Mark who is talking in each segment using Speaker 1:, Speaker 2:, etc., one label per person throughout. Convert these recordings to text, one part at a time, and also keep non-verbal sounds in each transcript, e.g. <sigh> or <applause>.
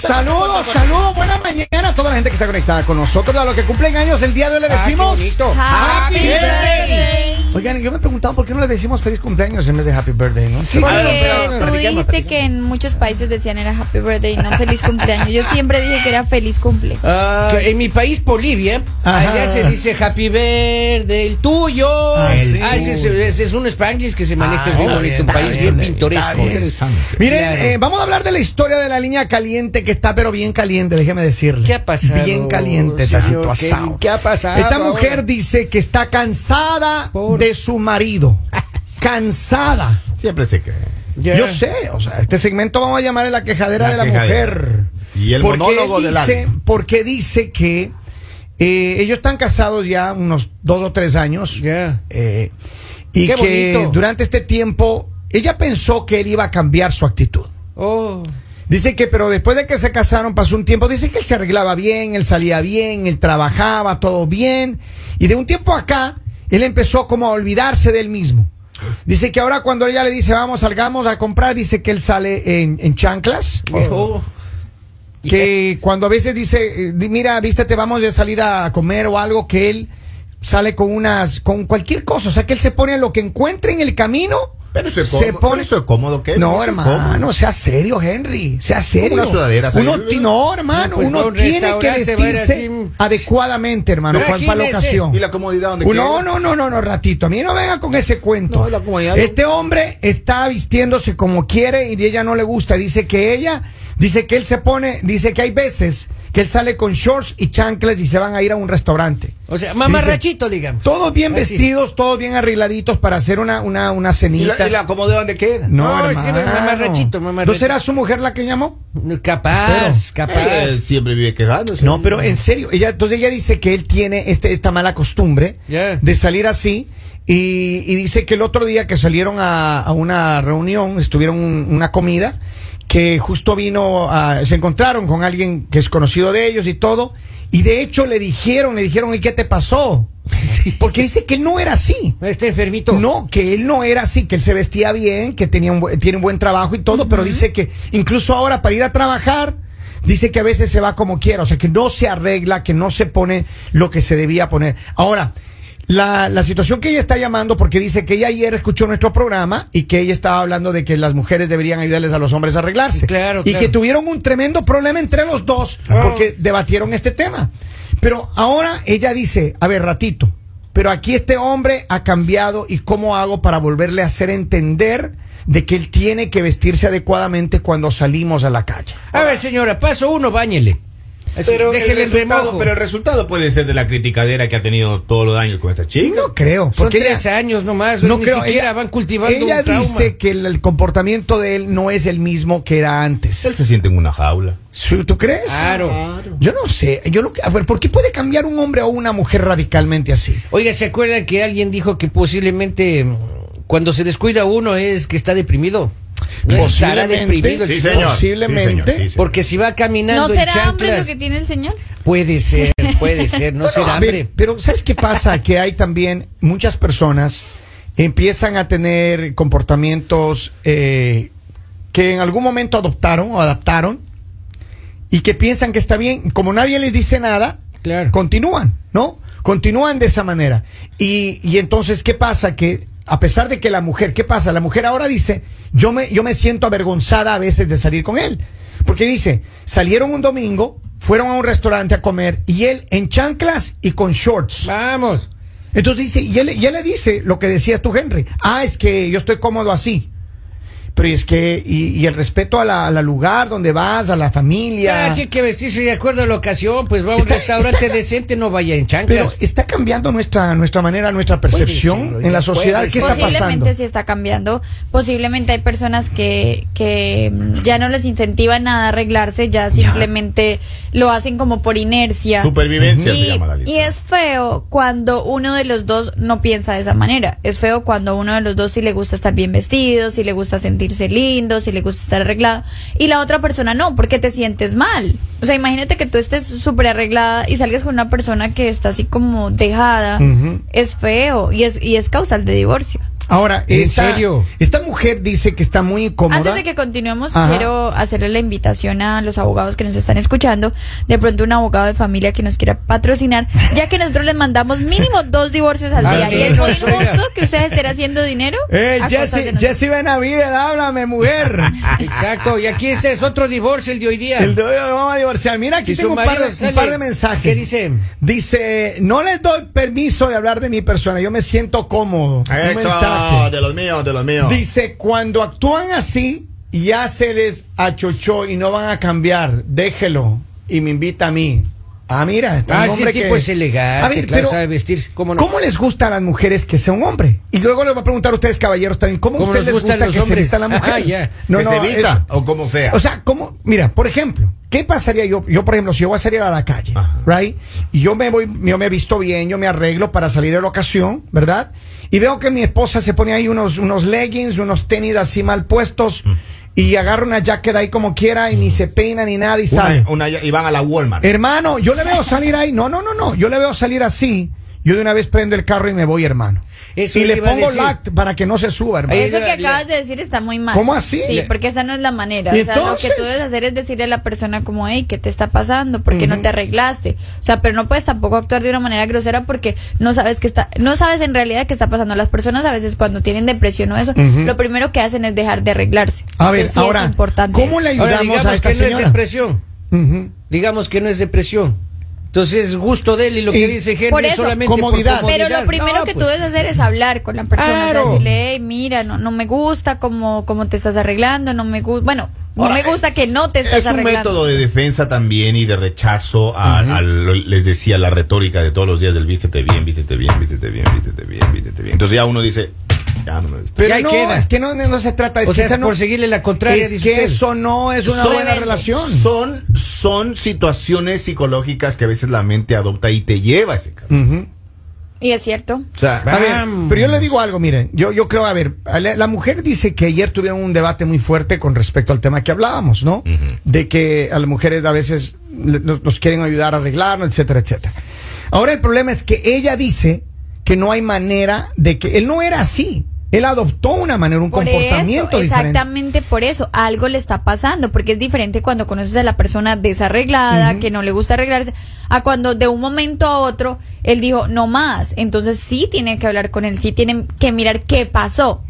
Speaker 1: Saludos, saludos, buena mañana a toda la gente que está conectada con nosotros. A los que cumplen años el día
Speaker 2: Ah,
Speaker 1: de hoy le decimos.
Speaker 3: Ah,
Speaker 1: Happy birthday. Oigan, yo me he preguntado por qué no le decimos feliz cumpleaños en vez de happy birthday, ¿no?
Speaker 3: Sí,
Speaker 1: Bueno,
Speaker 3: porque
Speaker 2: pero-
Speaker 3: tú
Speaker 2: pero-
Speaker 3: dijiste que en muchos países decían era happy birthday y no feliz cumpleaños. Yo siempre dije que era feliz cumple.
Speaker 1: Ah,
Speaker 2: Que en mi país, Bolivia,
Speaker 1: Ajá.
Speaker 2: allá se dice Happy Verde, el tuyo.
Speaker 1: Ah,
Speaker 2: Ah,
Speaker 1: sí. Ah,
Speaker 2: ese, es- ese es un spanglish que se maneja es bien
Speaker 1: está
Speaker 2: bonito,
Speaker 1: bien,
Speaker 2: un país
Speaker 1: está
Speaker 2: bien,
Speaker 1: bien, está
Speaker 2: pintoresco.
Speaker 1: bien. Miren,
Speaker 2: Claro.
Speaker 1: eh, vamos a hablar de la historia de la línea caliente que está, pero bien caliente, déjeme decirle.
Speaker 2: ¿Qué ha pasado?
Speaker 1: Bien caliente esa
Speaker 2: señor
Speaker 1: situación.
Speaker 2: Kevin? ¿Qué ha pasado
Speaker 1: Esta
Speaker 2: ahora?
Speaker 1: mujer dice que está cansada
Speaker 2: Por-
Speaker 1: de su
Speaker 2: <laughs>
Speaker 1: marido. cansada.
Speaker 4: Siempre se cree.
Speaker 2: Ya.
Speaker 1: Yo sé, o sea, este segmento vamos a llamar la quejadera
Speaker 4: La
Speaker 1: de la
Speaker 4: quejadera.
Speaker 1: mujer.
Speaker 4: Y el
Speaker 1: Porque
Speaker 4: monólogo del
Speaker 1: dice,
Speaker 4: alma.
Speaker 1: Porque dice que eh, ellos están casados ya unos dos o tres años.
Speaker 2: Ya.
Speaker 1: Eh, y
Speaker 2: Qué
Speaker 1: que
Speaker 2: bonito.
Speaker 1: durante este tiempo ella pensó que él iba a cambiar su actitud.
Speaker 2: Oh,
Speaker 1: Dice que, pero después de que se casaron, pasó un tiempo. Dice que él se arreglaba bien, él salía bien, él trabajaba, todo bien. Y de un tiempo acá, él empezó como a olvidarse de él mismo. Dice que ahora cuando ella le dice, vamos, salgamos a comprar, dice que él sale en, en chanclas.
Speaker 2: oh.
Speaker 1: Que cuando a veces dice, eh, di- mira, vístete, vamos a salir a comer o algo, que él sale con unas, con cualquier cosa. O sea, que él se pone lo que encuentre en el camino.
Speaker 4: Pero eso es
Speaker 1: Se
Speaker 4: cómodo.
Speaker 1: pone-
Speaker 4: pero eso es cómodo. ¿qué?
Speaker 1: No,
Speaker 4: Eso es
Speaker 1: hermano,
Speaker 4: cómodo.
Speaker 1: sea serio, Henry. Sea serio.
Speaker 4: una sudadera,
Speaker 1: uno,
Speaker 4: ¿sabes?
Speaker 1: ti- no, hermano,
Speaker 2: No, pues,
Speaker 1: uno
Speaker 2: no, un
Speaker 1: tiene que
Speaker 2: restaurante va a ir
Speaker 1: vestirse
Speaker 2: así.
Speaker 1: adecuadamente, hermano,
Speaker 2: Pero
Speaker 1: Juan, para la
Speaker 2: imagínese.
Speaker 1: ocasión.
Speaker 4: Y la comodidad donde
Speaker 1: Uno-
Speaker 4: quiera.
Speaker 1: Uh, No, no, no, no, no, ratito. A mí no venga con ese cuento.
Speaker 4: No, la comodidad no.
Speaker 1: este hombre está vistiéndose como quiere y ella no le gusta. Dice que ella, dice que él se pone, dice que hay veces que él sale con shorts y chanclas y se van a ir a un restaurante.
Speaker 2: O sea, mamarrachito, digamos.
Speaker 1: Todos bien
Speaker 2: Así.
Speaker 1: vestidos, todos bien arregladitos para hacer una, una, una
Speaker 4: ¿Y
Speaker 1: cenita.
Speaker 4: la, y la comodidad donde queda? Eh,
Speaker 1: No,
Speaker 2: No, ese
Speaker 1: hermano.
Speaker 2: era mamarrachito, mamarrachito.
Speaker 1: ¿No será su mujer la que llamó?
Speaker 2: Capaz, capaz.
Speaker 4: Él siempre vive quejándose.
Speaker 1: No, pero en serio. Ella, entonces ella dice que él tiene este, esta mala costumbre
Speaker 2: Yeah.
Speaker 1: de salir así. Y, y dice que el otro día que salieron a, a una reunión, estuvieron un- una comida, que justo vino, a- se encontraron con alguien que es conocido de ellos y todo. Y de hecho le dijeron, le dijeron, ¿y qué te <laughs> pasó? Porque dice que él no era así.
Speaker 2: Está enfermito.
Speaker 1: No, que él no era así, que él se vestía bien, que tenía un, bu- tiene un buen trabajo y todo, pero dice que incluso ahora para ir a trabajar, dice que a veces se va como quiera, o sea, que no se arregla, que no se pone lo que se debía poner. Ahora, la, la situación que ella está llamando, porque dice que ella ayer escuchó nuestro programa y que ella estaba hablando de que las mujeres deberían ayudarles a los hombres a arreglarse.
Speaker 2: Claro,
Speaker 1: y
Speaker 2: claro.
Speaker 1: que tuvieron un tremendo problema entre los dos porque debatieron este tema. Pero ahora ella dice, a ver, ratito, pero aquí este hombre ha cambiado y cómo hago para volverle a hacer entender de que él tiene que vestirse adecuadamente cuando salimos a la calle.
Speaker 2: A ver, señora, paso uno, bañele. Así,
Speaker 4: Pero el,
Speaker 2: déjele en
Speaker 4: resultado,
Speaker 2: remojo.
Speaker 4: pero el resultado puede ser de la criticadera que ha tenido todos los años con esta chica.
Speaker 1: No creo,
Speaker 2: Son
Speaker 1: porque
Speaker 2: tres
Speaker 1: ella-
Speaker 2: años nomás,
Speaker 1: no
Speaker 2: ni
Speaker 1: creo,
Speaker 2: siquiera
Speaker 1: ella-
Speaker 2: van cultivando
Speaker 1: Ella
Speaker 2: un trauma.
Speaker 1: dice que el, el comportamiento de él no es el mismo que era antes.
Speaker 4: Él se siente en una jaula.
Speaker 1: Sí, ¿Tú crees?
Speaker 2: Claro.
Speaker 1: Ah. Yo no sé, yo no, a ver, ¿por qué puede cambiar un hombre o una mujer radicalmente así?
Speaker 2: Oiga, ¿se acuerdan que alguien dijo que posiblemente mm, cuando se descuida uno es que está deprimido? No estará
Speaker 1: Posiblemente.
Speaker 2: deprimido. el
Speaker 4: Sí,
Speaker 2: señor.
Speaker 4: señor.
Speaker 1: Posiblemente,
Speaker 4: Sí, señor. Sí, señor.
Speaker 2: Porque si va caminando
Speaker 3: ¿No
Speaker 2: en
Speaker 3: será hambre lo
Speaker 2: chanclas,
Speaker 3: que tiene el señor?
Speaker 2: puede
Speaker 3: <laughs>
Speaker 2: ser, puede ser, no
Speaker 1: Bueno,
Speaker 2: será
Speaker 1: a ver,
Speaker 2: hambre.
Speaker 1: Pero ¿sabes qué pasa? que hay también muchas personas empiezan a tener comportamientos eh, que en algún momento adoptaron o adaptaron y que piensan que está bien. Como nadie les dice nada,
Speaker 2: Claro.
Speaker 1: continúan, ¿no? Continúan de esa manera. Y, y entonces, ¿qué pasa? Que a pesar de que la mujer, ¿qué pasa? La mujer ahora dice, yo me, yo me siento avergonzada a veces de salir con él. Porque dice, salieron un domingo, fueron a un restaurante a comer y él en chanclas y con shorts.
Speaker 2: Vamos.
Speaker 1: Entonces dice, y él, y él le dice lo que decías tú, Henry. Ah, es que yo estoy cómodo así. Pero es que, y, y el respeto a la, a la lugar donde vas, a la familia.
Speaker 2: Ya, tiene que vestirse de acuerdo a la ocasión, pues va a un
Speaker 1: Está-
Speaker 2: restaurante
Speaker 1: está-
Speaker 2: decente, no vaya en
Speaker 1: Pero
Speaker 2: chanclas.
Speaker 1: está cambiando nuestra, nuestra manera, nuestra percepción
Speaker 2: serlo,
Speaker 1: en la
Speaker 2: ya
Speaker 1: sociedad.
Speaker 2: puede
Speaker 1: ¿Qué está pasando?
Speaker 3: Posiblemente sí está cambiando. Posiblemente hay personas que, que mm, ya no les incentiva nada arreglarse, ya simplemente lo hacen como por inercia.
Speaker 4: Supervivencia se
Speaker 3: Y,
Speaker 4: llama la lista.
Speaker 3: y es feo cuando uno de los dos no piensa de esa manera. Es feo cuando uno de los dos sí le gusta estar bien vestido, si le gusta sentirse lindo, si le gusta estar arreglado. Y la otra persona no, porque te sientes mal. O sea, imagínate que tú estés súper arreglada y salgas con una persona que está así como dejada.
Speaker 1: Ujú.
Speaker 3: Es feo y es, y es causal de divorcio.
Speaker 1: Ahora,
Speaker 2: ¿En
Speaker 1: esta,
Speaker 2: serio?
Speaker 1: esta mujer dice que está muy incómoda.
Speaker 3: Antes de que continuemos,
Speaker 1: Ajá.
Speaker 3: quiero hacerle la invitación a los abogados que nos están escuchando. De pronto, un abogado de familia que nos quiera
Speaker 1: <laughs>
Speaker 3: patrocinar, ya que nosotros les mandamos mínimo dos divorcios al
Speaker 2: Ah,
Speaker 3: día.
Speaker 2: sí.
Speaker 3: Y es muy
Speaker 2: Oiga.
Speaker 3: injusto que ustedes estén haciendo dinero.
Speaker 1: Eh,
Speaker 3: a costas de
Speaker 1: Jessy,
Speaker 3: nosotros.
Speaker 1: Jessy Benavides, háblame,
Speaker 2: <laughs>
Speaker 1: mujer.
Speaker 2: Exacto, y aquí este es otro divorcio el de hoy día.
Speaker 1: eh, El de hoy lo vamos a divorciar. Mira, aquí
Speaker 2: Si su
Speaker 1: tengo un par,
Speaker 2: marido
Speaker 1: de, un
Speaker 2: sale,
Speaker 1: par de mensajes.
Speaker 2: ¿qué dice?
Speaker 1: Dice, no les doy permiso de hablar de mi persona, yo me siento cómodo. un
Speaker 5: Eso,
Speaker 1: mensaje.
Speaker 5: de los míos, de los míos.
Speaker 1: Dice, cuando actúan así, ya se les achochó y no van a cambiar, déjelo. Y me invita a mí. Ah, mira, está
Speaker 2: Ah,
Speaker 1: un
Speaker 2: ese
Speaker 1: hombre que...
Speaker 2: tipo es elegante, claro, sabe vestirse, ¿cómo no?
Speaker 1: les gusta a las mujeres que sea un hombre? Y luego les voy a preguntar a ustedes, caballeros, también, ¿cómo, a
Speaker 2: ¿Cómo
Speaker 1: ustedes
Speaker 2: nos
Speaker 1: les
Speaker 2: gustan
Speaker 1: gusta
Speaker 2: los
Speaker 1: que se
Speaker 2: hombres?
Speaker 1: vista la mujer?
Speaker 2: Ah, ya.
Speaker 5: que se vista
Speaker 1: es-
Speaker 5: o como sea.
Speaker 1: o sea, ¿cómo? Mira, por ejemplo, ¿qué pasaría yo? Yo, por ejemplo, si yo voy a salir a la calle,
Speaker 5: Ajá.
Speaker 1: ¿right? Y yo me voy, yo me visto bien, yo me arreglo para salir a la ocasión, ¿verdad? Y veo que mi esposa se pone ahí unos, unos leggings, unos tenis así mal puestos,
Speaker 5: Mm.
Speaker 1: y agarra una jacket ahí como quiera, y ni se peina ni nada, y sale.
Speaker 5: una, una- y van a la Walmart.
Speaker 1: Hermano, yo le veo salir ahí. No, no, no, no. Yo le veo salir así. Yo de una vez prendo el carro y me voy, hermano.
Speaker 2: Eso
Speaker 1: y
Speaker 2: le
Speaker 1: le
Speaker 2: iba a
Speaker 1: pongo
Speaker 2: decir.
Speaker 1: lact para que no se suba, hermano.
Speaker 2: Ahí
Speaker 3: Eso
Speaker 2: le-
Speaker 3: que
Speaker 2: le-
Speaker 3: acabas de decir está muy mal.
Speaker 1: ¿Cómo así?
Speaker 3: Sí,
Speaker 1: Le-
Speaker 3: porque esa no es la manera. O
Speaker 1: ¿Y
Speaker 3: sea, lo que tú
Speaker 1: entonces?
Speaker 3: debes hacer es decirle a la persona como, hey, ¿qué te está pasando? ¿Por qué no te arreglaste? O sea, pero no puedes tampoco actuar de una manera grosera porque no sabes que está, no sabes en realidad qué está pasando. Las personas a veces cuando tienen depresión o eso, lo primero que hacen es dejar de arreglarse.
Speaker 1: A ver,
Speaker 3: Entonces, sí
Speaker 1: ahora,
Speaker 3: es importante.
Speaker 1: ¿cómo le
Speaker 2: Ahora,
Speaker 1: ayudamos
Speaker 2: digamos
Speaker 1: a esta
Speaker 2: que no es
Speaker 1: señora?
Speaker 2: depresión.
Speaker 1: Ujú.
Speaker 2: Digamos que no es depresión. Entonces es gusto de él y lo
Speaker 1: Y
Speaker 2: que dice Henry
Speaker 3: por
Speaker 2: es
Speaker 3: eso,
Speaker 2: solamente
Speaker 1: comodidad.
Speaker 2: por comodidad.
Speaker 3: Pero lo primero
Speaker 2: No,
Speaker 3: que
Speaker 2: pues,
Speaker 3: tú debes hacer es hablar con la persona, o sea,
Speaker 2: Claro.
Speaker 3: decirle, "Ey, mira, no, no me gusta cómo, cómo te estás arreglando, no me gusta, bueno, no
Speaker 5: Ahora,
Speaker 3: me gusta que no te estés
Speaker 5: Es un
Speaker 3: arreglando.
Speaker 5: método de defensa también y de rechazo a, a lo- les decía, la retórica de todos los días del vístete bien, vístete bien, vístete bien, vístete bien, vístete bien. Entonces ya uno dice, ya no me visto.
Speaker 1: Pero
Speaker 2: Y ahí
Speaker 1: no,
Speaker 2: queda.
Speaker 1: es que no, no se trata de
Speaker 2: O sea,
Speaker 1: esa
Speaker 2: es
Speaker 1: no-
Speaker 2: por seguirle la contraria.
Speaker 1: Es
Speaker 2: dice
Speaker 1: que
Speaker 2: usted.
Speaker 1: eso no es una
Speaker 5: Son-
Speaker 1: buena
Speaker 3: Rebelde.
Speaker 1: relación.
Speaker 5: Son, son situaciones psicológicas que a veces la mente adopta y te lleva a ese camino.
Speaker 1: Ujú.
Speaker 3: Y es cierto.
Speaker 5: O sea,
Speaker 1: A ver,
Speaker 2: Vamos.
Speaker 1: pero yo le digo algo, miren, yo, yo creo, a ver, a la, la mujer dice que ayer tuvieron un debate muy fuerte con respecto al tema que hablábamos, ¿no? De que a las mujeres a veces le- nos, nos quieren ayudar a arreglarnos, etcétera, etcétera. Ahora el problema es que ella dice que no hay manera de que él no era así. Él adoptó una manera, un
Speaker 3: Por
Speaker 1: comportamiento
Speaker 3: eso,
Speaker 1: diferente.
Speaker 3: exactamente por eso, algo le está pasando, porque es diferente cuando conoces a la persona desarreglada, que no le gusta arreglarse, a cuando de un momento a otro él dijo, no más, entonces sí tienen que hablar con él, sí tienen que mirar qué pasó.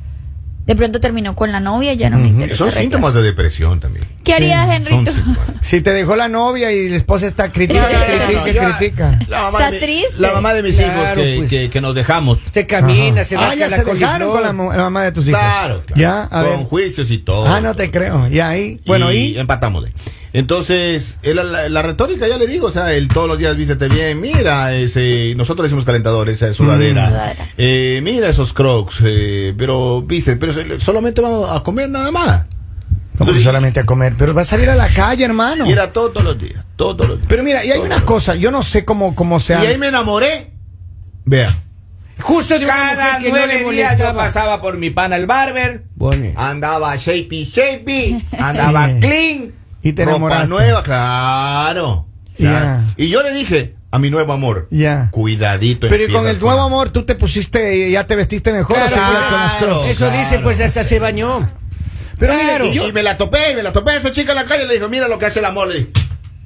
Speaker 3: De pronto terminó con la novia, ya no me interesa.
Speaker 5: son
Speaker 3: arreglarse.
Speaker 5: síntomas de depresión también.
Speaker 3: ¿Qué harías,
Speaker 5: Son
Speaker 3: Henry? tú?
Speaker 5: síntomas.
Speaker 1: Si te dejó la novia y la esposa está critica,
Speaker 3: <laughs> No, no, no, no,
Speaker 1: critica,
Speaker 3: no,
Speaker 5: yo-
Speaker 1: critica.
Speaker 5: La mamá, de,
Speaker 3: ¿Estás
Speaker 5: mi-
Speaker 3: triste?
Speaker 5: la mamá de mis
Speaker 2: Claro,
Speaker 5: hijos que,
Speaker 2: pues.
Speaker 5: que- que nos dejamos.
Speaker 2: Se camina, se
Speaker 1: Ah,
Speaker 2: rasca
Speaker 1: ya
Speaker 2: la
Speaker 1: se dejaron con la,
Speaker 2: coliflor.
Speaker 1: mu- la mamá de tus hijos.
Speaker 5: Claro, claro.
Speaker 1: Ya, a ver.
Speaker 5: Con juicios y todo.
Speaker 1: Ah, no te creo. Y ahí, bueno, y,
Speaker 5: empatamos. ahí. Entonces, el- la, la retórica ya le digo, o sea, el todos los días vístete bien, mira, ese, nosotros le decimos calentador, esa sudadera,
Speaker 3: Mm, sudadera.
Speaker 5: Eh, mira esos crocs, eh, pero viste, pero sol- solamente vamos a comer nada más.
Speaker 1: Como que pues, solamente a comer, pero va a salir a la calle, hermano.
Speaker 5: Y era todo, todos los días, todo, todos los días.
Speaker 1: Pero mira, y hay
Speaker 5: Todo,
Speaker 1: una
Speaker 5: todos los
Speaker 1: cosa, yo no sé cómo, cómo
Speaker 5: días.
Speaker 1: sea.
Speaker 5: Y ahí me enamoré. Vea,
Speaker 2: Justo de una
Speaker 4: Cada
Speaker 2: mujer que no
Speaker 4: nueve
Speaker 2: le
Speaker 4: días yo
Speaker 2: molestaba.
Speaker 4: pasaba por mi pana el barber.
Speaker 2: Bueno.
Speaker 5: Ah, andaba
Speaker 1: <laughs>
Speaker 5: shapey, shapey, andaba
Speaker 1: Eh.
Speaker 5: clean,
Speaker 1: Y te
Speaker 5: ropa
Speaker 1: enamoraste.
Speaker 5: nueva, claro. claro.
Speaker 1: Ya.
Speaker 5: Y yo le dije a mi nuevo amor,
Speaker 1: Ya.
Speaker 5: cuidadito.
Speaker 1: Pero y con
Speaker 5: empiezas
Speaker 1: el nuevo amor, tú te pusiste, ya te vestiste mejor,
Speaker 2: Claro,
Speaker 1: o seguías
Speaker 5: claro.
Speaker 1: con las crocs?
Speaker 2: Eso
Speaker 5: Claro,
Speaker 2: dice, pues hasta se bañó.
Speaker 1: Pero mire,
Speaker 5: Claro.
Speaker 1: y yo-
Speaker 5: Y me la topé, y me la topé a esa chica en la calle y le dijo, mira lo que hace el amor. Le dije,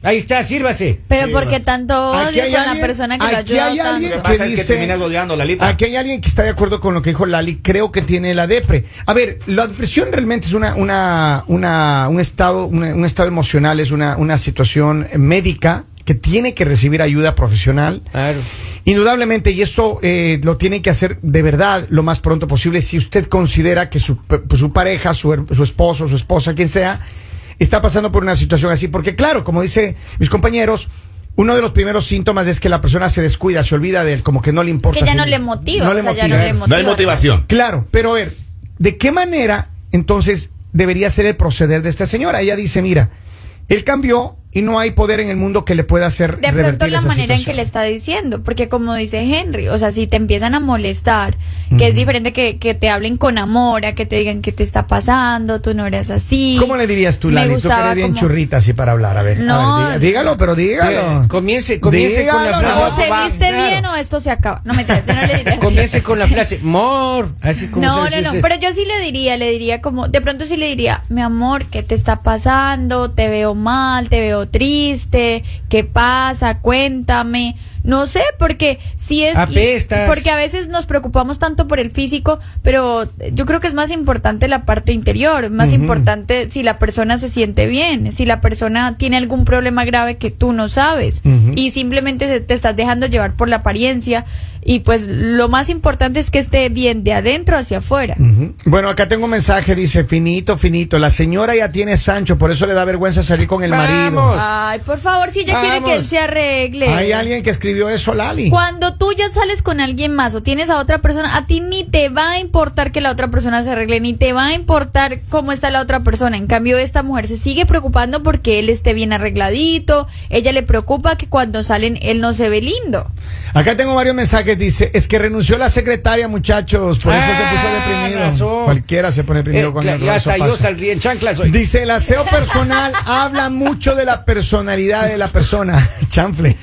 Speaker 2: Ahí está, sírvase.
Speaker 3: <laughs> Pero
Speaker 5: Sí,
Speaker 3: porque
Speaker 5: bueno.
Speaker 3: tanto
Speaker 1: Aquí
Speaker 3: odio
Speaker 1: hay
Speaker 3: con la
Speaker 1: alguien-
Speaker 3: persona que lo
Speaker 1: aquí hay
Speaker 3: ayuda
Speaker 1: alguien
Speaker 3: tanto.
Speaker 5: pasa es que
Speaker 1: dice-
Speaker 5: terminas odiando a Lalita.
Speaker 1: Aquí hay alguien que está de acuerdo con lo que dijo Lali, creo que tiene la depre. A ver, la depresión realmente es una, una, una, un estado, una- un estado emocional, es una, una situación médica que tiene que recibir ayuda profesional.
Speaker 2: Claro.
Speaker 1: Indudablemente, y esto eh, lo tiene que hacer de verdad lo más pronto posible si usted considera que su, p- su pareja, su, her- su esposo, su esposa, quien sea, está pasando por una situación así. Porque claro, como dicen mis compañeros, uno de los primeros síntomas es que la persona se descuida, se olvida de él, como que no le importa.
Speaker 3: que ya
Speaker 1: si-
Speaker 3: no le motiva,
Speaker 1: no
Speaker 3: o
Speaker 1: le
Speaker 3: sea, ya no
Speaker 1: motiva.
Speaker 3: le
Speaker 5: No hay motivación.
Speaker 1: Claro, pero a ver, ¿de qué manera entonces debería ser el proceder de esta señora? Ella dice, mira, él cambió y no hay poder en el mundo que le pueda hacer
Speaker 3: De pronto
Speaker 1: revertir
Speaker 3: la
Speaker 1: esa
Speaker 3: manera en que
Speaker 1: situación.
Speaker 3: le está diciendo, porque como dice Henry, o sea, si te empiezan a molestar, que es diferente que, que te hablen con amor, a que te digan qué te está pasando, tú no eres así.
Speaker 1: ¿Cómo le dirías tú,
Speaker 3: Me
Speaker 1: Lali? Tú que
Speaker 3: gustaba
Speaker 1: eres bien
Speaker 3: como-
Speaker 1: churrita así para hablar, a ver. a
Speaker 3: No,
Speaker 1: ver, diga- dígalo, pero dígalo.
Speaker 2: Eh, comience- comience con la frase.
Speaker 3: O
Speaker 1: no,
Speaker 3: se
Speaker 1: va,
Speaker 3: viste
Speaker 1: claro.
Speaker 3: bien o esto se acaba. No me no le diría
Speaker 2: <laughs>
Speaker 3: así.
Speaker 2: Comience con la frase, mor, así como
Speaker 3: No,
Speaker 2: sabe si
Speaker 3: no, no,
Speaker 2: usted-
Speaker 3: pero yo sí le diría, le diría como, de pronto sí le diría, mi amor, ¿qué te está pasando? Te veo mal, te veo triste, ¿qué pasa? Cuéntame. No sé, porque si es... y-
Speaker 2: Apestas.
Speaker 3: Porque a veces nos preocupamos tanto por el físico, pero yo creo que es más importante la parte interior, más importante si la persona se siente bien, si la persona tiene algún problema grave que tú no sabes
Speaker 1: Ujú.
Speaker 3: y simplemente se- te estás dejando llevar por la apariencia y pues lo más importante es que esté bien de adentro hacia afuera.
Speaker 1: Ujú. Bueno, acá tengo un mensaje, dice, finito, finito. La señora ya tiene Sancho, por eso le da vergüenza salir con el marido.
Speaker 2: Vamos.
Speaker 3: Ay, por favor, si ella quiere que
Speaker 2: Vamos.
Speaker 3: él se arregle.
Speaker 1: Hay alguien que escribió eso, Lali.
Speaker 3: Cuando tú ya sales con alguien más o tienes a otra persona, a ti ni te va a importar que la otra persona se arregle, ni te va a importar cómo está la otra persona. En cambio, esta mujer se sigue preocupando porque él esté bien arregladito. Ella le preocupa que cuando salen él no se ve lindo.
Speaker 1: Acá tengo varios mensajes, dice, es que renunció la secretaria, muchachos, por eso se puso
Speaker 2: Ah,
Speaker 1: deprimido.
Speaker 2: razón.
Speaker 1: Cualquiera se pone deprimido
Speaker 2: Eh,
Speaker 1: cuando
Speaker 2: cla-
Speaker 1: eso
Speaker 2: hasta yo
Speaker 1: pasa.
Speaker 2: saldría en chanclas hoy.
Speaker 1: Dice, el aseo personal <laughs> habla mucho de la personalidad de la persona. <laughs> Chanfle.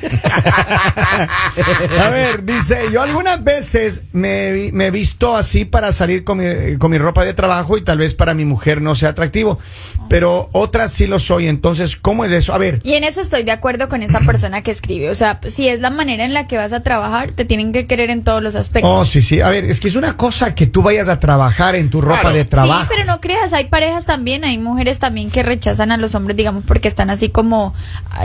Speaker 1: A ver, dice, yo algunas veces me, vi- me visto así para salir con mi, con mi ropa de trabajo y tal vez para mi mujer no sea atractivo, pero otras sí lo soy. Entonces, ¿cómo es eso? A ver,
Speaker 3: Y en eso estoy de acuerdo con esta persona que escribe. O sea, si es la manera en la que vas a trabajar, te tienen que querer en todos los aspectos.
Speaker 1: oh, sí, sí. A ver, es que es una cosa que tú vayas a trabajar en tu ropa
Speaker 5: Claro.
Speaker 1: de trabajo.
Speaker 3: Sí, pero no creas, hay parejas también, hay mujeres también que rechazan a los hombres, digamos, porque están así como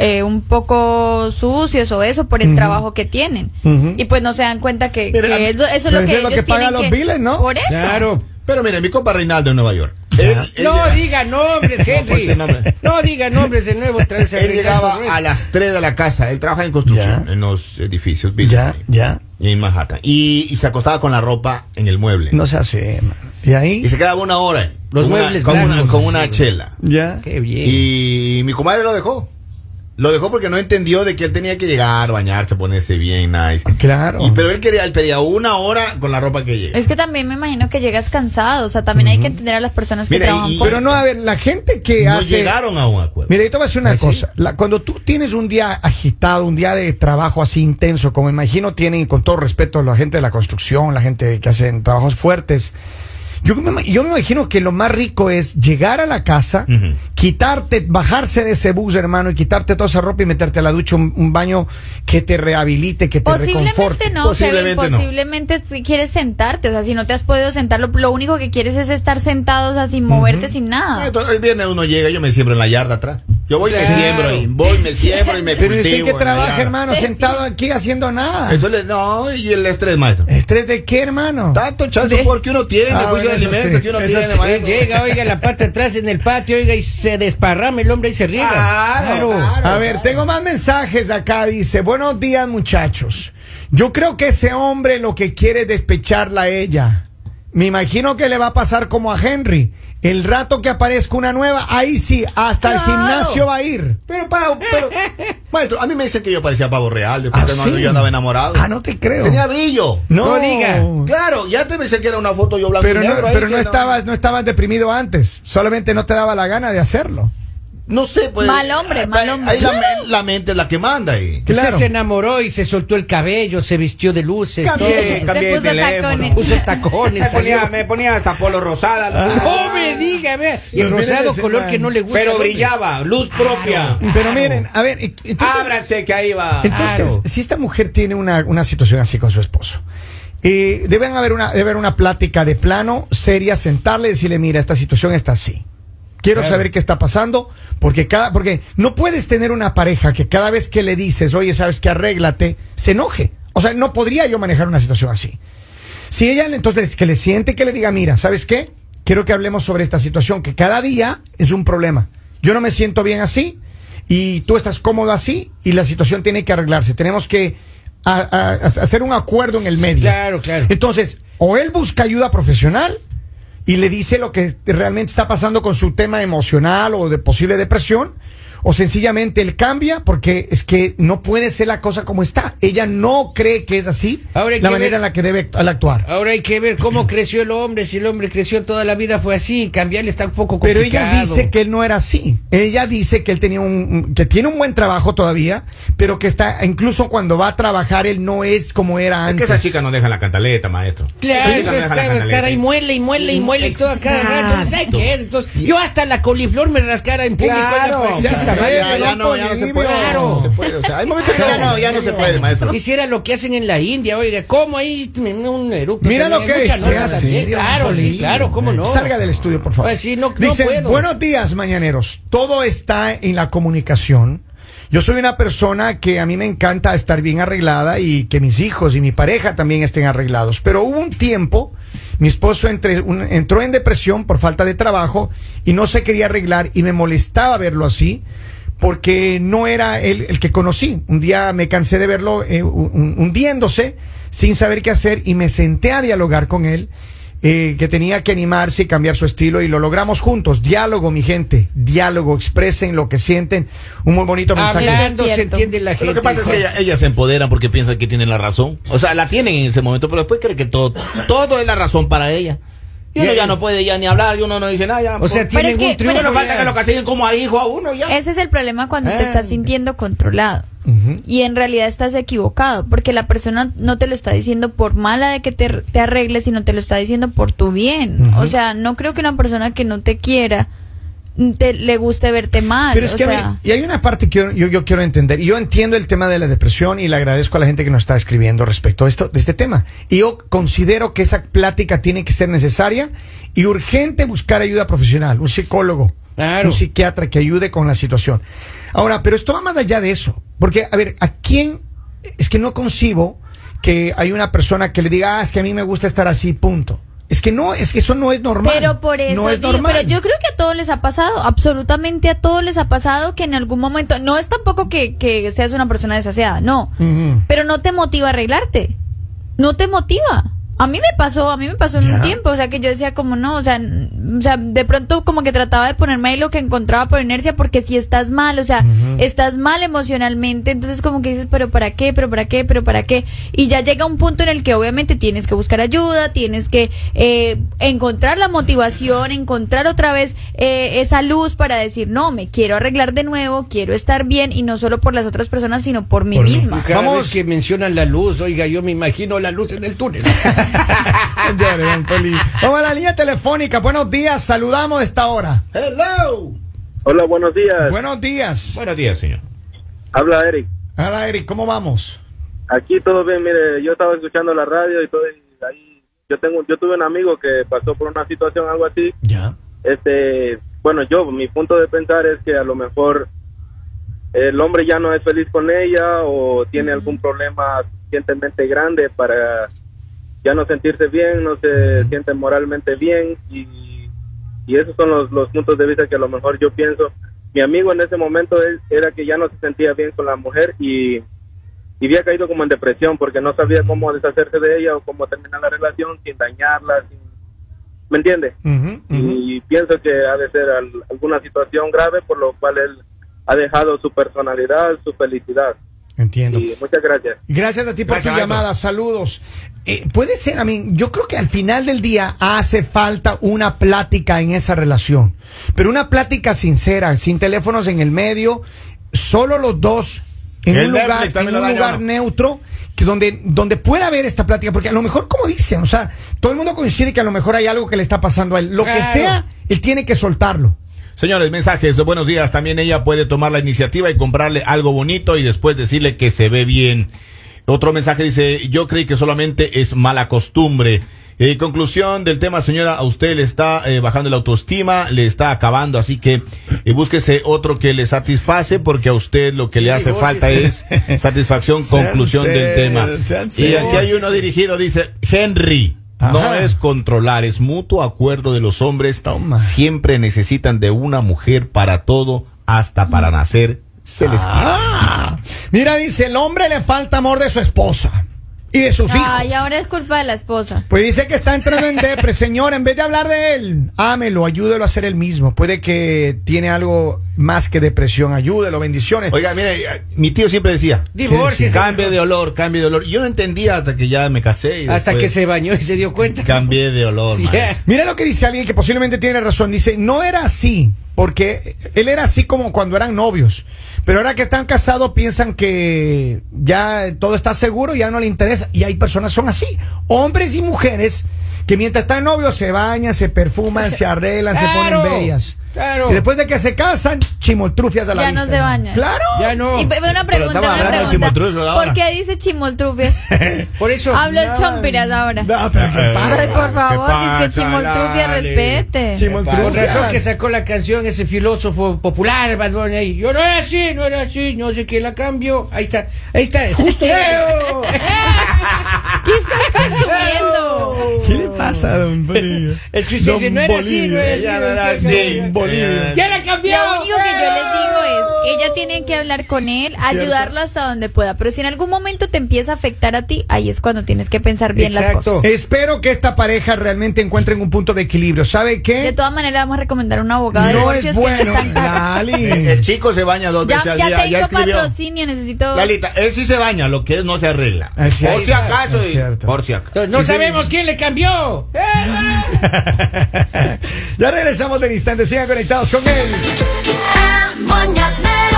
Speaker 3: eh, un poco sucios o eso por el trabajo que tienen.
Speaker 1: Ujú.
Speaker 3: Y pues no se dan cuenta que,
Speaker 5: Pero
Speaker 3: que
Speaker 5: la-
Speaker 3: eso, eso es
Speaker 1: pero
Speaker 3: lo que
Speaker 1: eso es
Speaker 3: ellos
Speaker 1: lo que
Speaker 3: tienen
Speaker 1: pagan los
Speaker 3: que-
Speaker 1: biles, ¿no?
Speaker 3: Por eso.
Speaker 2: Claro.
Speaker 5: Pero mire, mi compa Reinaldo en Nueva York. Él- él
Speaker 2: No
Speaker 5: llega-
Speaker 2: diga nombres, Henry.
Speaker 5: porque <laughs> no me-
Speaker 2: No diga nombres de nuevo, otra vez se
Speaker 5: Él llegaba
Speaker 2: arreglaba.
Speaker 5: a las 3 de la casa. Él trabaja en construcción,
Speaker 1: Ya.
Speaker 5: en los edificios.
Speaker 1: Ya, ya.
Speaker 5: En Manhattan. Y, y se acostaba con la ropa en el mueble.
Speaker 1: No sea así, man. Y
Speaker 5: Y
Speaker 1: ahí,
Speaker 5: se quedaba una hora. ahí,
Speaker 2: Los
Speaker 5: con una-
Speaker 2: muebles
Speaker 5: con una,
Speaker 2: blancos,
Speaker 5: con una
Speaker 2: sí.
Speaker 5: chela.
Speaker 1: ya.
Speaker 2: Qué bien.
Speaker 5: Y mi comadre lo dejó. Lo dejó porque no entendió de que él tenía que llegar, bañarse, ponerse bien, nice.
Speaker 1: Claro.
Speaker 5: Y, pero él quería, él pedía una hora con la ropa que llega.
Speaker 3: Es que también me imagino que llegas cansado, o sea, también hay que entender a las personas que
Speaker 5: Mira,
Speaker 3: trabajan
Speaker 5: y-
Speaker 3: por
Speaker 1: Pero no, a ver, la gente que
Speaker 5: no
Speaker 1: hace...
Speaker 5: llegaron a un acuerdo.
Speaker 1: Mira, yo te voy a decir una
Speaker 5: ¿Ah,
Speaker 1: cosa. La- cuando tú tienes un día agitado, un día de trabajo así intenso, como imagino tienen, y con todo respeto, la gente de la construcción, la gente que hacen trabajos fuertes, yo me, ima- yo me imagino que lo más rico es llegar a la casa,
Speaker 5: Ujú.
Speaker 1: quitarte, bajarse de ese bus, hermano, y quitarte toda esa ropa y meterte a la ducha, un, un baño que te rehabilite, que te
Speaker 3: Posiblemente
Speaker 1: reconforte.
Speaker 3: no, Kevin,
Speaker 5: Posiblemente no.
Speaker 3: posiblemente si quieres sentarte, o sea, si no te has podido sentar, lo, lo único que quieres es estar sentado, o sea, sin moverte, sin
Speaker 5: Ah,
Speaker 3: nada.
Speaker 5: entonces, el viernes uno llega, yo me siembro en la yarda atrás. Yo voy y me
Speaker 2: Claro.
Speaker 5: siembro ahí. Voy, me siembro y me
Speaker 1: Pero ¿y
Speaker 5: cultivo
Speaker 1: usted que
Speaker 5: en la
Speaker 1: trabaja,
Speaker 5: yarda.
Speaker 1: hermano,
Speaker 3: Sí, sí.
Speaker 1: sentado aquí haciendo nada.
Speaker 5: Eso le- no, y el estrés, maestro.
Speaker 1: ¿Estrés de qué, hermano?
Speaker 5: Tanto chance
Speaker 3: Sí.
Speaker 5: porque uno tiene,
Speaker 1: Ah,
Speaker 5: juicio de
Speaker 1: bueno, eso
Speaker 5: alimento
Speaker 1: sí.
Speaker 5: que uno
Speaker 1: Eso
Speaker 5: tiene,
Speaker 1: sí.
Speaker 2: Él
Speaker 5: maestro.
Speaker 2: llega, oiga, la pata atrás en el patio, oiga, y se desparrama el hombre y se riega.
Speaker 5: Claro, claro.
Speaker 1: A ver, tengo más mensajes acá. Dice, buenos días muchachos. Yo creo que ese hombre lo que quiere es despecharla a ella. Me imagino que le va a pasar como a Henry. El rato que aparezca una nueva, ahí sí, hasta el
Speaker 5: Claro.
Speaker 1: gimnasio va a ir.
Speaker 5: Pero, pa- pero, maestro, a mí me dicen que yo parecía pavo real después
Speaker 1: ¿Ah,
Speaker 5: de
Speaker 1: sí?
Speaker 5: yo andaba enamorado.
Speaker 1: Ah, no te creo.
Speaker 5: Tenía brillo.
Speaker 2: No diga.
Speaker 5: Claro, ya te pensé que era una foto yo blanco
Speaker 1: Pero
Speaker 5: y
Speaker 1: no,
Speaker 5: negro ahí,
Speaker 1: pero
Speaker 5: que
Speaker 1: no estabas, no estabas deprimido antes. Solamente no te daba la gana de hacerlo.
Speaker 5: No sé, pues.
Speaker 3: Mal hombre,
Speaker 5: ahí-
Speaker 3: mal hombre.
Speaker 5: Ahí la, men- la mente es la que manda ahí.
Speaker 1: Claro.
Speaker 2: Usted se enamoró y se soltó el cabello, se vistió de luces,
Speaker 5: Cambié,
Speaker 3: Te
Speaker 5: cambié de
Speaker 3: puso
Speaker 5: teléfono.
Speaker 3: tacones.
Speaker 2: todo. puso
Speaker 4: Me
Speaker 5: <laughs>
Speaker 2: tacones.
Speaker 4: ponía,
Speaker 2: salió-
Speaker 4: me ponía hasta polo
Speaker 5: Ah.
Speaker 4: rosada.
Speaker 5: Oh,
Speaker 2: No me diga, vea. Y el
Speaker 1: Los fines
Speaker 2: rosado
Speaker 1: de
Speaker 2: color
Speaker 1: semana.
Speaker 2: que no le gusta. al
Speaker 4: Pero
Speaker 2: hombre.
Speaker 4: brillaba, luz propia.
Speaker 1: Pero miren, a ver, entonces,
Speaker 4: Ábranse que ahí va.
Speaker 1: Entonces,
Speaker 2: Claro.
Speaker 1: si esta mujer tiene una, una situación así con su esposo, eh, deben haber una, debe haber una plática de plano seria, sentarle y decirle, mira, esta situación está así. Quiero
Speaker 2: Claro.
Speaker 1: saber qué está pasando, porque cada, porque no puedes tener una pareja que cada vez que le dices, oye, sabes que arréglate, se enoje. O sea, no podría yo manejar una situación así. Si ella entonces que le siente que le diga, mira, ¿sabes qué? Quiero que hablemos sobre esta situación, que cada día es un problema. Yo no me siento bien así y tú estás cómodo así y la situación tiene que arreglarse. Tenemos que a- a- a- hacer un acuerdo en el medio.
Speaker 2: Claro, claro.
Speaker 1: Entonces, o él busca ayuda profesional y le dice lo que realmente está pasando con su tema emocional o de posible depresión, o sencillamente él cambia porque es que no puede ser la cosa como está. Ella no cree que es así
Speaker 2: Ahora hay
Speaker 1: la
Speaker 2: que
Speaker 1: manera
Speaker 2: ver-
Speaker 1: en la que debe act- al actuar.
Speaker 2: Ahora hay que ver cómo creció el hombre. Si el hombre creció toda la vida fue así, cambiarle está un poco
Speaker 1: Pero
Speaker 2: complicado.
Speaker 1: ella dice que él no era así. Ella dice que él tenía un que tiene un buen trabajo todavía, pero que está incluso cuando va a trabajar él no es como era
Speaker 4: Es que
Speaker 1: antes.
Speaker 4: esa chica no deja la cantaleta, maestro.
Speaker 2: Claro,
Speaker 4: Esa chica no
Speaker 2: entonces
Speaker 4: deja la
Speaker 2: claro,
Speaker 4: cantaleta.
Speaker 2: estar ahí muele y muele y muele y todo a cada rato. ¿Sabes qué? Entonces, yo hasta la coliflor me rascara en público.
Speaker 1: Claro,
Speaker 2: oiga, pues,
Speaker 1: ya
Speaker 5: Ya,
Speaker 2: sí,
Speaker 1: sabes.
Speaker 5: ya, ya,
Speaker 1: don
Speaker 5: no, ya no se
Speaker 1: Polibio.
Speaker 5: puede.
Speaker 2: Claro.
Speaker 5: No se puede. O sea, hay momentos que ya no, ya no se puede, maestro.
Speaker 2: Hiciera lo que hacen en la India, oiga, ¿cómo ahí un eructo?
Speaker 1: Mira
Speaker 2: también,
Speaker 1: lo que
Speaker 2: hay mucha
Speaker 1: se
Speaker 2: norma
Speaker 1: hace,
Speaker 2: también.
Speaker 1: Dios
Speaker 2: Claro, sí,
Speaker 1: mío.
Speaker 2: claro, ¿cómo no?
Speaker 1: Salga del estudio, por favor.
Speaker 2: Pues sí, no- no
Speaker 1: Dicen,
Speaker 2: puedo.
Speaker 1: buenos días, mañaneros. Todo está en la comunicación. Yo soy una persona que a mí me encanta estar bien arreglada y que mis hijos y mi pareja también estén arreglados. Pero hubo un tiempo, mi esposo entre- un- entró en depresión por falta de trabajo y no se quería arreglar y me molestaba verlo así porque no era el, el que conocí. Un día me cansé de verlo eh, hun- hundiéndose sin saber qué hacer y me senté a dialogar con él, eh, que tenía que animarse y cambiar su estilo y lo logramos juntos. Diálogo, mi gente, diálogo, expresen lo que sienten. Un muy bonito mensaje.
Speaker 3: Hablar.
Speaker 2: Hablando
Speaker 3: Eso es
Speaker 2: se
Speaker 3: cierto.
Speaker 2: entiende la gente.
Speaker 5: Lo que pasa es que
Speaker 2: hijo.
Speaker 5: ella- ellas se empoderan porque piensan que tienen la razón. O sea, la tienen en ese momento, pero después cree que todo, todo es la razón para ella. Y uno
Speaker 2: Ya,
Speaker 5: ya
Speaker 2: ya.
Speaker 5: no puede ya ni hablar, y uno no dice nada. ya,
Speaker 2: O sea,
Speaker 5: por-
Speaker 2: tienen
Speaker 3: es que-
Speaker 2: un triunfo.
Speaker 5: solo
Speaker 3: pero-
Speaker 5: falta
Speaker 2: ya.
Speaker 5: que lo castiguen como a hijo a uno ya.
Speaker 3: Ese es el problema cuando te
Speaker 2: Ah.
Speaker 3: estás sintiendo controlado.
Speaker 1: Ujú.
Speaker 3: Y en realidad estás equivocado, porque la persona no te lo está diciendo por mala de que te, te arregles, sino te lo está diciendo por tu bien.
Speaker 1: Ujú.
Speaker 3: O sea, no creo que una persona que no te quiera te, le guste verte mal.
Speaker 1: Pero es
Speaker 3: o
Speaker 1: que a mí-
Speaker 3: sea.
Speaker 1: y hay una parte que yo, yo- yo quiero entender. Y yo entiendo el tema de la depresión y le agradezco a la gente que nos está escribiendo respecto a esto, de este tema. Y yo considero que esa plática tiene que ser necesaria y urgente buscar ayuda profesional, un psicólogo,
Speaker 2: Claro.
Speaker 1: un psiquiatra que ayude con la situación. Ahora, pero esto va más allá de eso. Porque, a ver, ¿a quién? Es que no concibo que hay una persona que le diga, ah, es que a mí me gusta estar así, punto. Es que no, es que eso no es normal.
Speaker 3: Pero por eso
Speaker 1: no es
Speaker 3: digo,
Speaker 1: normal.
Speaker 3: pero yo creo que a todos les ha pasado, absolutamente a todos les ha pasado que en algún momento, no es tampoco que, que seas una persona desaseada, no,
Speaker 1: Ujú.
Speaker 3: pero no te motiva a arreglarte, no te motiva. A mí me pasó, a mí me pasó en
Speaker 1: Ya.
Speaker 3: un tiempo, o sea que yo decía como no, o sea, n- o sea, de pronto como que trataba de ponerme ahí lo que encontraba por inercia porque si estás mal, o sea, estás mal emocionalmente, entonces como que dices, pero para qué, pero para qué, pero para qué, y ya llega un punto en el que obviamente tienes que buscar ayuda, tienes que eh, encontrar la motivación, encontrar otra vez eh, esa luz para decir, no, me quiero arreglar de nuevo, quiero estar bien y no solo por las otras personas, sino por mí misma.
Speaker 2: Cada
Speaker 1: Vamos.
Speaker 2: vez que mencionan la luz, oiga, yo me imagino la luz en el túnel.
Speaker 1: Señores, don Poli. Vamos a la línea telefónica. Buenos días, saludamos a esta hora.
Speaker 5: Hello.
Speaker 6: Hola, buenos días.
Speaker 1: Buenos días.
Speaker 4: Buenos días, señor.
Speaker 6: Habla Eric.
Speaker 1: Hola, Eric, ¿cómo vamos?
Speaker 6: Aquí todo bien, mire, yo estaba escuchando la radio y todo y ahí yo tengo yo tuve un amigo que pasó por una situación algo así.
Speaker 1: Ya.
Speaker 6: Este, bueno, yo mi punto de pensar es que a lo mejor el hombre ya no es feliz con ella o tiene algún problema suficientemente grande para ya no sentirse bien, no se siente moralmente bien y, y esos son los, los puntos de vista que a lo mejor yo pienso. Mi amigo en ese momento él- era que ya no se sentía bien con la mujer y, y había caído como en depresión porque no sabía cómo deshacerse de ella o cómo terminar la relación sin dañarla, sin- ¿me entiende?
Speaker 1: Ujú, ujú.
Speaker 6: y pienso que ha de ser al- alguna situación grave por lo cual él ha dejado su personalidad, su felicidad.
Speaker 1: Entiendo.
Speaker 6: Y muchas gracias.
Speaker 1: Gracias a ti por
Speaker 4: Gracias,
Speaker 1: tu
Speaker 4: maestro.
Speaker 1: llamada, saludos. Eh, puede ser, a mí, yo creo que al final del día hace falta una plática en esa relación, pero una plática sincera, sin teléfonos en el medio, solo los dos en
Speaker 5: El
Speaker 1: un
Speaker 5: Netflix
Speaker 1: lugar, en
Speaker 5: también lo
Speaker 1: un
Speaker 5: daña
Speaker 1: lugar
Speaker 5: uno.
Speaker 1: neutro, que donde, donde pueda haber esta plática, porque a lo mejor, como dicen, o sea, todo el mundo coincide que a lo mejor hay algo que le está pasando a él, lo que
Speaker 2: Claro.
Speaker 1: sea, él tiene que soltarlo.
Speaker 5: Señores, mensajes, buenos días. También ella puede tomar la iniciativa y comprarle algo bonito y después decirle que se ve bien. Otro mensaje dice, yo creí que solamente es mala costumbre. Eh, conclusión del tema, señora, a usted le está eh, bajando la autoestima, le está acabando, así que eh, búsquese otro que le satisface porque a usted lo que
Speaker 2: Sí,
Speaker 5: le hace
Speaker 2: vos,
Speaker 5: falta
Speaker 2: sí,
Speaker 5: es
Speaker 2: <laughs>
Speaker 5: satisfacción, conclusión del tema. Y aquí hay uno dirigido, dice, Henry. No
Speaker 1: Ajá.
Speaker 5: es controlar, es mutuo acuerdo de los hombres.
Speaker 1: Toma.
Speaker 5: Siempre necesitan de una mujer para todo, hasta para nacer. Se les quiere.
Speaker 1: Ah, mira, dice, el hombre le falta amor de su esposa. y de sus hijos.
Speaker 3: Ay, ahora es culpa de la esposa.
Speaker 1: Pues dice que está entrando en depre, señor. En vez de hablar de él, ámelo, ayúdelo a hacer el mismo. Puede que tiene algo más que depresión. Ayúdelo, bendiciones.
Speaker 5: Oiga, mire, eh, mi tío siempre decía,
Speaker 2: Divorcio.
Speaker 5: cambie de olor, cambie de olor. Yo no entendía hasta que ya me casé. y
Speaker 2: Hasta que
Speaker 5: después
Speaker 2: se bañó y se dio cuenta.
Speaker 5: Cambié de olor.
Speaker 2: Sí,
Speaker 5: man.
Speaker 1: Mira lo que dice alguien que posiblemente tiene razón. Dice, no era así, porque él era así como cuando eran novios. Pero ahora que están casados piensan que ya todo está seguro, ya no le interesa. Y hay personas que son así, hombres y mujeres, que mientras están novios se bañan, se perfuman, se arreglan,
Speaker 2: Claro,
Speaker 1: se ponen bellas.
Speaker 2: claro.
Speaker 1: Y después de que se casan, chimoltrufias a la
Speaker 3: Ya no
Speaker 1: vista.
Speaker 3: se bañan.
Speaker 1: Claro.
Speaker 2: Ya no.
Speaker 3: Y pe- una
Speaker 5: Pero estamos
Speaker 3: pregunta, una
Speaker 5: hablando de
Speaker 3: pregunta.
Speaker 5: chimoltrufios ahora.
Speaker 3: ¿Por qué dice chimoltrufias?
Speaker 2: Por eso.
Speaker 3: Habla chompiras ahora.
Speaker 1: No, pero ¿qué
Speaker 5: Eh,
Speaker 1: pasa?
Speaker 3: Ay, por
Speaker 5: ¿qué
Speaker 3: favor, dice
Speaker 5: pasa?
Speaker 3: chimoltrufia,
Speaker 5: Dale.
Speaker 3: respete.
Speaker 1: Chimoltrufias.
Speaker 2: Con razón que sacó la canción ese filósofo popular, Bad Bunny, ahí, Yo no era así, no era así, no sé quién la cambió. Ahí está, ahí está, justo.
Speaker 1: ¡Eo!
Speaker 3: ¿Qué estás consumiendo?
Speaker 1: <laughs> <laughs> ¿Qué le pasa, don Bolivia?
Speaker 2: Es que usted dice, no era así, no era así.
Speaker 5: Ya
Speaker 2: no
Speaker 5: no era
Speaker 2: era
Speaker 5: así.
Speaker 2: así.
Speaker 1: Bolivia.
Speaker 2: ¡Ya la cambió!
Speaker 3: Lo único que yo les digo es, ella tiene que hablar con él, ayudarlo hasta donde pueda. Pero si en algún momento te empieza a afectar a ti, ahí es cuando tienes que pensar bien las
Speaker 2: Exacto.
Speaker 3: cosas.
Speaker 1: Espero que esta pareja realmente encuentren un punto de equilibrio. ¿Sabe
Speaker 3: De
Speaker 1: qué?
Speaker 3: todas maneras, vamos a recomendar a un abogado de
Speaker 1: ¿Eh? No
Speaker 3: divorcios
Speaker 1: es
Speaker 3: que no
Speaker 1: bueno.
Speaker 3: están
Speaker 1: <laughs>
Speaker 5: El,
Speaker 1: Lali.
Speaker 5: el chico se baña
Speaker 3: <laughs>
Speaker 5: dos
Speaker 3: Ya,
Speaker 5: veces al
Speaker 3: ya
Speaker 5: día.
Speaker 3: tengo
Speaker 5: escribió.
Speaker 3: patrocinio, necesito...
Speaker 5: Lalita, él sí se baña, lo que es no se arregla.
Speaker 1: Es cierto.
Speaker 5: por si acaso,
Speaker 1: Es
Speaker 5: y-
Speaker 1: cierto.
Speaker 5: por si acaso.
Speaker 2: No sabemos quién le cambió.
Speaker 1: ya regresamos del instante. Sigan conectados con él.
Speaker 7: El mañanero